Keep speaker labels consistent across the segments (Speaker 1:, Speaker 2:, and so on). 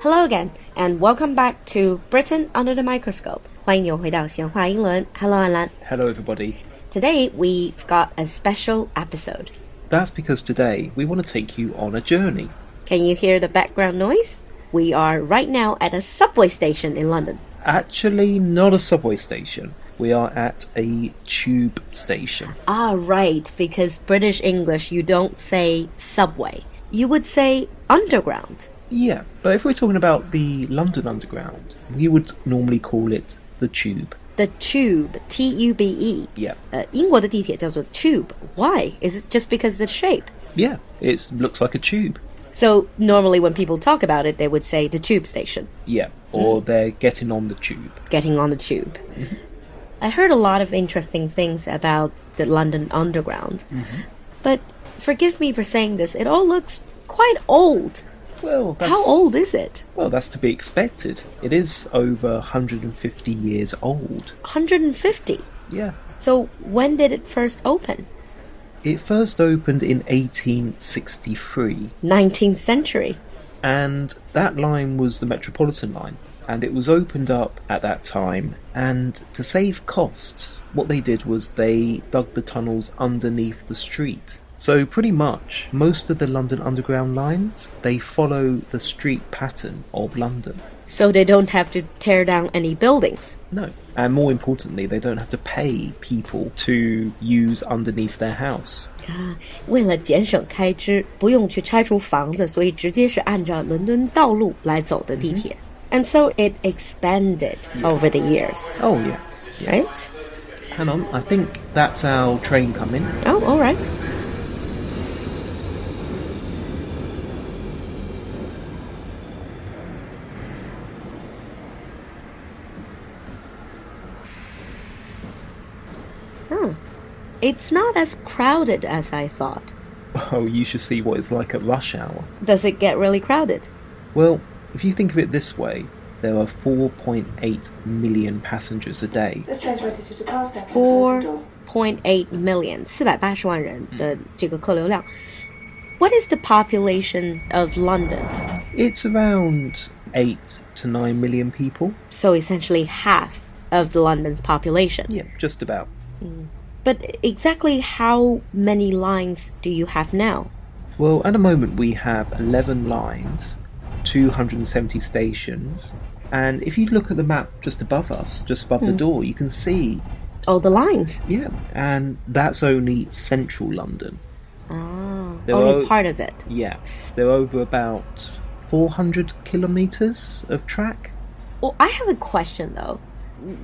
Speaker 1: Hello again, and welcome back to Britain under the microscope. 欢迎又回到闲话英伦。Hello, Alan.
Speaker 2: Hello, everybody.
Speaker 1: Today we've got a special episode.
Speaker 2: That's because today we want to take you on a journey.
Speaker 1: Can you hear the background noise? We are right now at a subway station in London.
Speaker 2: Actually, not a subway station. We are at a tube station.
Speaker 1: Ah, right, because British English, you don't say subway. You would say underground.
Speaker 2: Yeah, but if we're talking about the London Underground, we would normally call it the tube.
Speaker 1: The tube, T U B E.
Speaker 2: Yeah.
Speaker 1: 呃，英国的地铁叫做 tube. Why? Is it just because the shape?
Speaker 2: Yeah, it looks like a tube.
Speaker 1: So normally when people talk about it, they would say the tube station,
Speaker 2: Yeah,
Speaker 1: Hmm.
Speaker 2: or they're getting on the tube.
Speaker 1: getting on the tube. I heard a lot of interesting things about the London Underground, but forgive me for saying this. It all looks quite old.
Speaker 2: Well, that's,
Speaker 1: How old is it?
Speaker 2: Well, that's to be expected. It is over 150 years old.
Speaker 1: 150.
Speaker 2: Yeah.
Speaker 1: So when did it first open?
Speaker 2: It first opened in 1863.
Speaker 1: 19th century.
Speaker 2: and that line was the Metropolitan line, and it was opened up at that time. And to save costs, what they did was they dug the tunnels underneath the street. So pretty much most of the London Underground lines they follow the street pattern of London.
Speaker 1: So they don't have to tear down any buildings.
Speaker 2: No. And more importantly, they don't have to pay people to use underneath their house.
Speaker 1: 啊，为了节省开支，不用去拆除房子，所以直接是按照伦敦道路来走的地铁。And so it expanded over the years,
Speaker 2: Oh yeah. Yeah.
Speaker 1: right?
Speaker 2: Hang on, I think that's our train coming.
Speaker 1: Oh, all right. Huh. Hmm. It's not as crowded as I thought.
Speaker 2: Oh, you should see what it's like at rush hour.
Speaker 1: Does it get really crowded?
Speaker 2: Well, if you think of it this way, there are 4.8 million passengers a day.
Speaker 3: This train's ready to depart. Second
Speaker 1: Four
Speaker 3: closing doors.
Speaker 1: point eight million，四百八十万人的这个客流量。What is the population of London?
Speaker 2: It's around 8 to 9 million people.
Speaker 1: So essentially half of the London's population.
Speaker 2: Yeah, just about.
Speaker 1: But exactly how many lines do you have now?
Speaker 2: Well, at the moment we have 11 lines, 270 stations, and if you look at the map just above us, just above the door, you can see,
Speaker 1: All the lines.
Speaker 2: yeah, and that's only central London.
Speaker 1: Ah,
Speaker 2: There
Speaker 1: only
Speaker 2: are-
Speaker 1: part of it.
Speaker 2: Yeah, there are over about 400 kilometres of track.
Speaker 1: Well, Oh, I have a question though.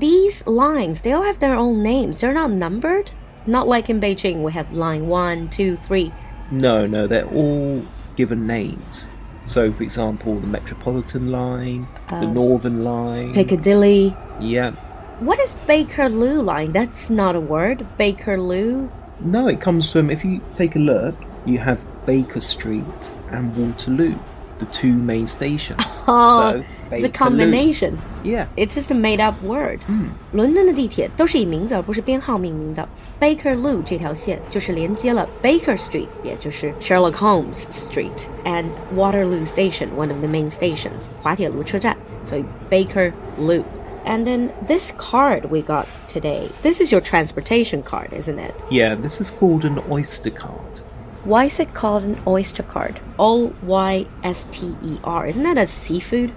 Speaker 1: These lines, they all have their own names. They're not numbered. Not like in Beijing, we have line one, two, three.
Speaker 2: No, no, they're all given names. So, for example, the Metropolitan Line, the
Speaker 1: Oh.
Speaker 2: Northern Line.
Speaker 1: Piccadilly.
Speaker 2: yeah.
Speaker 1: What is Bakerloo line? That's not a word. Bakerloo.
Speaker 2: No, it comes from, if you take a look, you have Baker Street and Waterloo, the two main stations.
Speaker 1: Oh,
Speaker 2: so,
Speaker 1: it's a
Speaker 2: Bakerloo.
Speaker 1: combination.
Speaker 2: Yeah.
Speaker 1: It's just a made-up word。嗯，伦敦的地铁都是以名字而不是编号命名的。Bakerloo 这条线就是连接了 Baker Street，也就是 Sherlock Holmes Street and Waterloo Station, one of the main stations，滑铁卢车站。所以 Bakerloo。And then this card we got today. This is your transportation card, isn't it?
Speaker 2: Yeah, this is called an Oyster card.
Speaker 1: Why is it called an oyster card? O Y S T E R. Isn't that a seafood?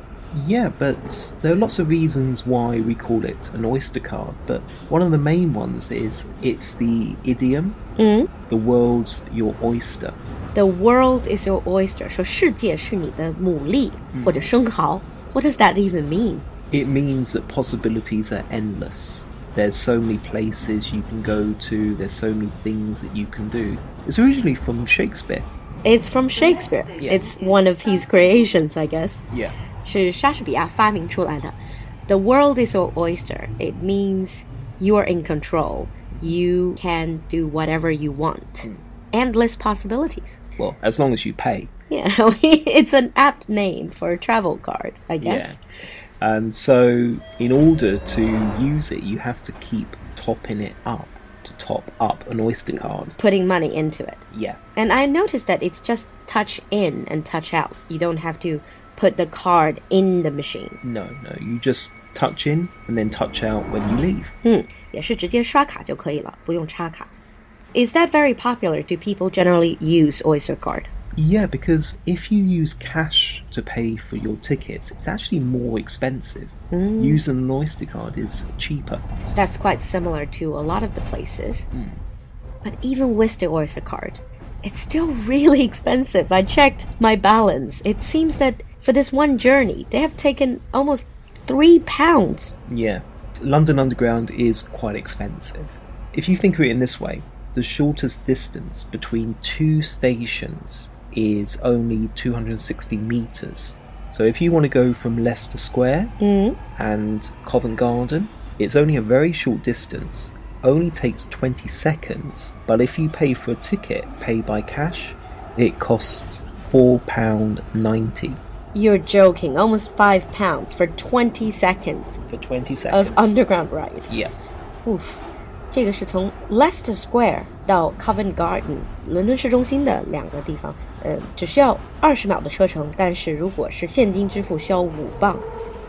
Speaker 2: Yeah, but there are lots of reasons why we call it an Oyster card, but one of the main ones is it's the idiom,
Speaker 1: Mm.
Speaker 2: the world's your oyster.
Speaker 1: The world is your oyster. 说世界是你的牡蛎或者生蚝。What does that even mean?
Speaker 2: It means that possibilities are endless. There's so many places you can go to, there's so many things that you can do. It's originally from Shakespeare.
Speaker 1: It's from Shakespeare.
Speaker 2: Yeah.
Speaker 1: It's one of his creations, I guess.
Speaker 2: Yeah.
Speaker 1: 是莎士比亚发明出来的。The world is your oyster. It means you are in control. You can do whatever you want.
Speaker 2: Hmm.
Speaker 1: Endless possibilities.
Speaker 2: Well, as long as you pay.
Speaker 1: Yeah, it's an apt name for a travel card, I guess.
Speaker 2: Yeah. And so, in order to use it, you have to keep topping it up to top up an Oyster card.
Speaker 1: Putting money into it.
Speaker 2: Yeah.
Speaker 1: And I noticed that it's just touch in and touch out. You don't have to put the card in the machine，
Speaker 2: No, no, you just touch in and then touch out when you leave.
Speaker 1: 嗯，也是直接刷卡就可以了，不用插卡。Is that very popular? Do people generally use Oyster card?
Speaker 2: Yeah, because if you use cash to pay for your tickets, it's actually more expensive. Using an Oyster card is cheaper.
Speaker 1: That's quite similar to a lot of the places. But even with the Oyster card, it's still really expensive. I checked my balance. It seems that for this one journey, they have taken almost three pounds.
Speaker 2: Yeah. London Underground is quite expensive. If you think of it in this way, the shortest distance between two stations is only 260 metres. So if you want to go from Leicester Square and Covent Garden, it's only a very short distance, only takes 20 seconds. But if you pay for a ticket, pay by cash, it costs £4.90
Speaker 1: You're joking. Almost five pounds for 20 seconds
Speaker 2: for 20 seconds.
Speaker 1: of underground ride.
Speaker 2: yeah.
Speaker 1: Oof. 这个是从 Leicester Square 到 Covent Garden，伦敦市中心的两个地方，呃，只需要二十秒的车程，但是如果是现金支付，需要五磅。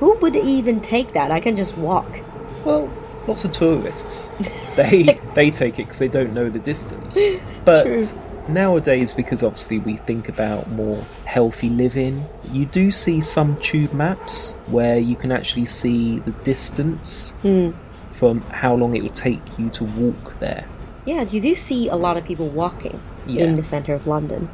Speaker 1: Who would even take that? I can just walk.
Speaker 2: Well, lots of tourists. They they take it because they don't know the distance. But
Speaker 1: True.
Speaker 2: nowadays, because obviously we think about more healthy living, you do see some tube maps where you can actually see the distance from how long it will take you to walk there.
Speaker 1: Yeah, you do see a lot of people walking in
Speaker 2: Yeah.
Speaker 1: the center of London.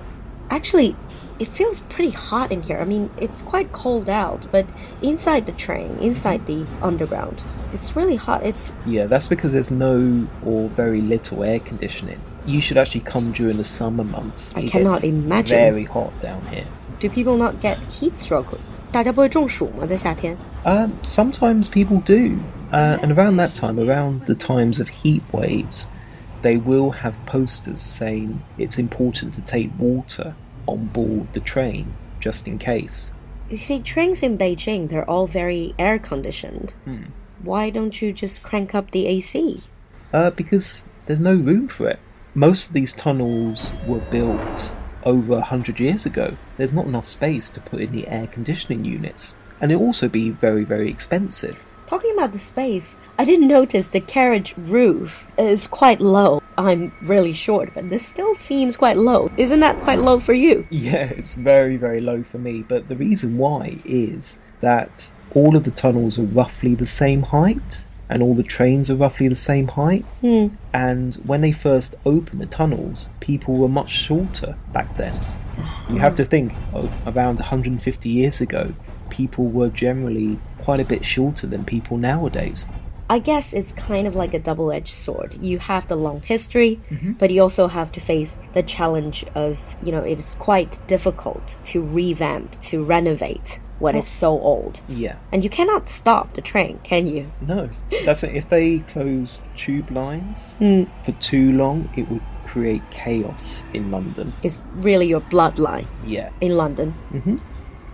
Speaker 1: Actually, it feels pretty hot in here. I mean, it's quite cold out, but inside the train, inside the underground, it's really hot. It's
Speaker 2: Yeah, that's because there's no or very little air conditioning. You should actually come during the summer months.
Speaker 1: I
Speaker 2: It
Speaker 1: cannot
Speaker 2: gets
Speaker 1: imagine.
Speaker 2: Very hot down here.
Speaker 1: do people not get heat stroke? 大家不会中暑吗？在夏天？
Speaker 2: Um, sometimes people do, uh, and around that time, around the times of heat waves, they will have posters saying it's important to take water on board the train just in case.
Speaker 1: You see, trains in Beijing, they're all very air conditioned. Why don't you just crank up the AC?
Speaker 2: Uh, because there's no room for it. Most of these tunnels were built over 100 years ago. There's not enough space to put in the air conditioning units, and it'll also be very, very expensive.
Speaker 1: Talking about the space, I didn't notice the carriage roof is quite low. I'm really short, but this still seems quite low. Isn't that quite low for you?
Speaker 2: Yeah, it's very, very low for me. But the reason why is that all of the tunnels are roughly the same height and all the trains are roughly the same height.
Speaker 1: Hmm.
Speaker 2: And when they first opened the tunnels, people were much shorter back then. You have to think oh, around 150 years ago, people were generally quite a bit shorter than people nowadays.
Speaker 1: I guess it's kind of like a double edged sword. You have the long history, but you also have to face the challenge of, you know, it is quite difficult to revamp, to renovate what is so old.
Speaker 2: Yeah.
Speaker 1: And you cannot stop the train, can you?
Speaker 2: No, that's it. If they closed tube lines for too long, it would create chaos in London.
Speaker 1: It's really your bloodline
Speaker 2: Yeah.
Speaker 1: in London. Mm-hmm.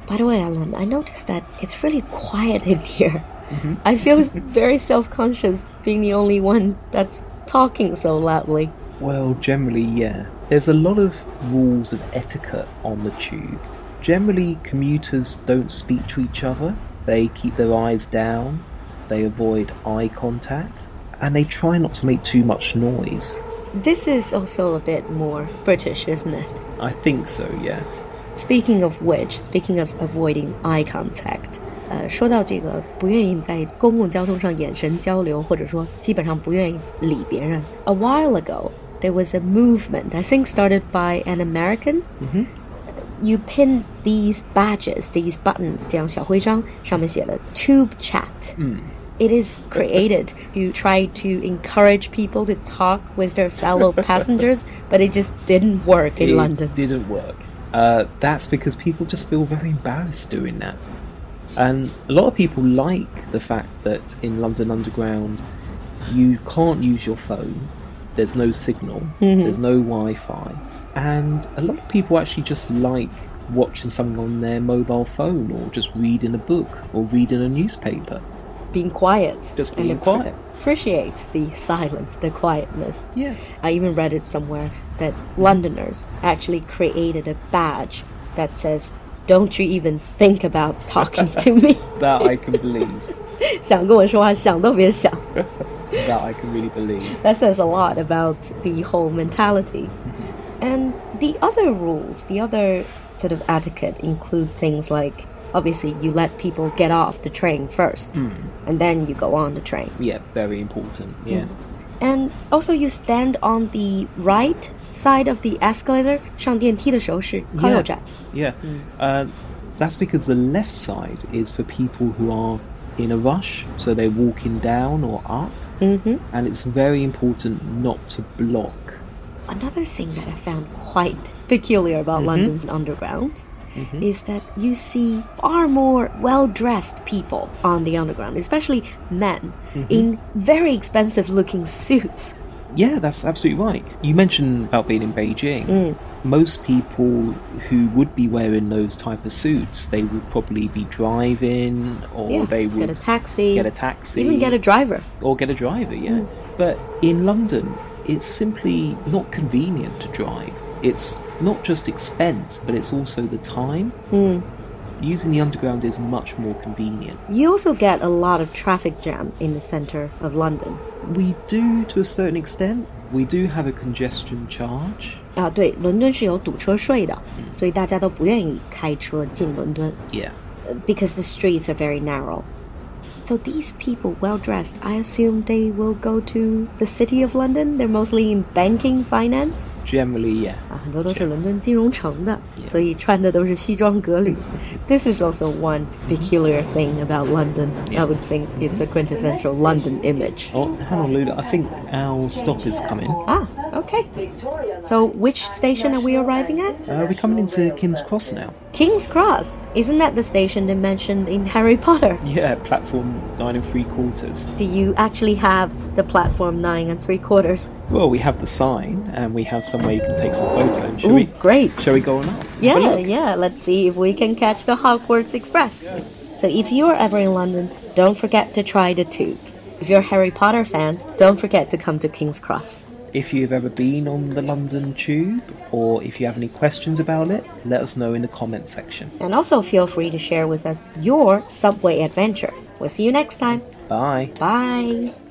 Speaker 1: By the way, Alan, I noticed that it's really quiet in here. I feel very self conscious being the only one that's talking so loudly.
Speaker 2: Well, generally, yeah. There's a lot of rules of etiquette on the tube. Generally, commuters don't speak to each other. They keep their eyes down. They avoid eye contact, and they try not to make too much noise.
Speaker 1: This is also a bit more British, isn't it?
Speaker 2: I think so. Yeah.
Speaker 1: Speaking of which, speaking of avoiding eye contact，呃，说到这个不愿意在公共交通上眼神交流，或者说基本上不愿意理别人。A while ago, there was a movement I think started by an American. You pin these badges, these buttons，这样小徽章上面写了 “Tube Chat”。It is created to try to encourage people to talk with their fellow passengers, but it just didn't work in
Speaker 2: it
Speaker 1: London.
Speaker 2: didn't work. Uh, that's because people just feel very embarrassed doing that. And a lot of people like the fact that in London Underground, you can't use your phone, there's no signal,
Speaker 1: Mm-hmm.
Speaker 2: there's no Wi Fi, and a lot of people actually just like watching something on their mobile phone or just reading a book or reading a newspaper.
Speaker 1: being quiet.
Speaker 2: Just
Speaker 1: and
Speaker 2: being
Speaker 1: appre-
Speaker 2: quiet.
Speaker 1: Appreciate the silence, the quietness.
Speaker 2: Yeah.
Speaker 1: I even read it somewhere that Londoners actually created a badge that says Don't you even think about talking to me？
Speaker 2: That I can believe.
Speaker 1: 想跟我说话，想都别想。
Speaker 2: that I can really believe.
Speaker 1: That says a lot about the whole mentality.
Speaker 2: Mm-hmm.
Speaker 1: And the other rules, the other sort of etiquette include things like obviously you let people get off the train first
Speaker 2: Mm.
Speaker 1: and then you go on the train.
Speaker 2: Yeah, very important. Yeah.
Speaker 1: And also you stand on the right side of the escalator. 上电梯的时候是靠右站。
Speaker 2: Yeah. Uh, that's because the left side is for people who are in a rush, so they're walking down or up. Mm-hmm. And it's very important not to block.
Speaker 1: Another thing that I found quite peculiar about
Speaker 2: Mm-hmm.
Speaker 1: London's underground is that you see far more well dressed people on the underground, especially men
Speaker 2: Mm-hmm.
Speaker 1: in very expensive looking suits.
Speaker 2: Yeah, that's absolutely right. You mentioned about being in Beijing.
Speaker 1: Hmm.
Speaker 2: Most people who would be wearing those type of suits, they would probably be driving, or
Speaker 1: Yeah,
Speaker 2: they would
Speaker 1: get a taxi,
Speaker 2: get a taxi,
Speaker 1: even get a driver.
Speaker 2: or get a driver, yeah. But in London, it's simply not convenient to drive. It's not just expense, but it's also the time.
Speaker 1: Mm.
Speaker 2: Using the underground is much more convenient.
Speaker 1: You also get a lot of traffic jam in the center of London.
Speaker 2: We do, to a certain extent, we do have a congestion charge.
Speaker 1: 啊，对，伦敦是有堵车税的，所以大家都不愿意开车进伦敦。
Speaker 2: Yeah.
Speaker 1: because the streets are very narrow. So these people, well dressed, I assume they will go to the city of London. They're mostly in banking, finance.
Speaker 2: Generally, yeah.
Speaker 1: 啊，很多都是伦敦金融城的，所以穿的都是西装革履。This is also one peculiar thing about London. I would think it's a quintessential London image.
Speaker 2: Oh, hang on, Lula. I think our stop is coming.
Speaker 1: Ah,
Speaker 2: Uh,
Speaker 1: okay. So which station are we arriving at?
Speaker 2: Uh, we're coming into King's Cross now.
Speaker 1: King's Cross. Isn't that the station they mentioned in Harry Potter?
Speaker 2: Yeah, platform nine and three quarters.
Speaker 1: Do you actually have the platform nine and three quarters?
Speaker 2: Well, we have the sign, and we have somewhere you can take some photos. Shall
Speaker 1: Ooh,
Speaker 2: we?
Speaker 1: great.
Speaker 2: Shall we go on up? Have a
Speaker 1: Yeah,
Speaker 2: look?
Speaker 1: yeah. Let's see if we can catch the Hogwarts Express. So if you are ever in London, don't forget to try the tube. If you're a Harry Potter fan, don't forget to come to King's Cross.
Speaker 2: If you've ever been on the London Tube, or if you have any questions about it, let us know in the comment section.
Speaker 1: And also feel free to share with us your subway adventure. We'll see you next time.
Speaker 2: Bye.
Speaker 1: Bye.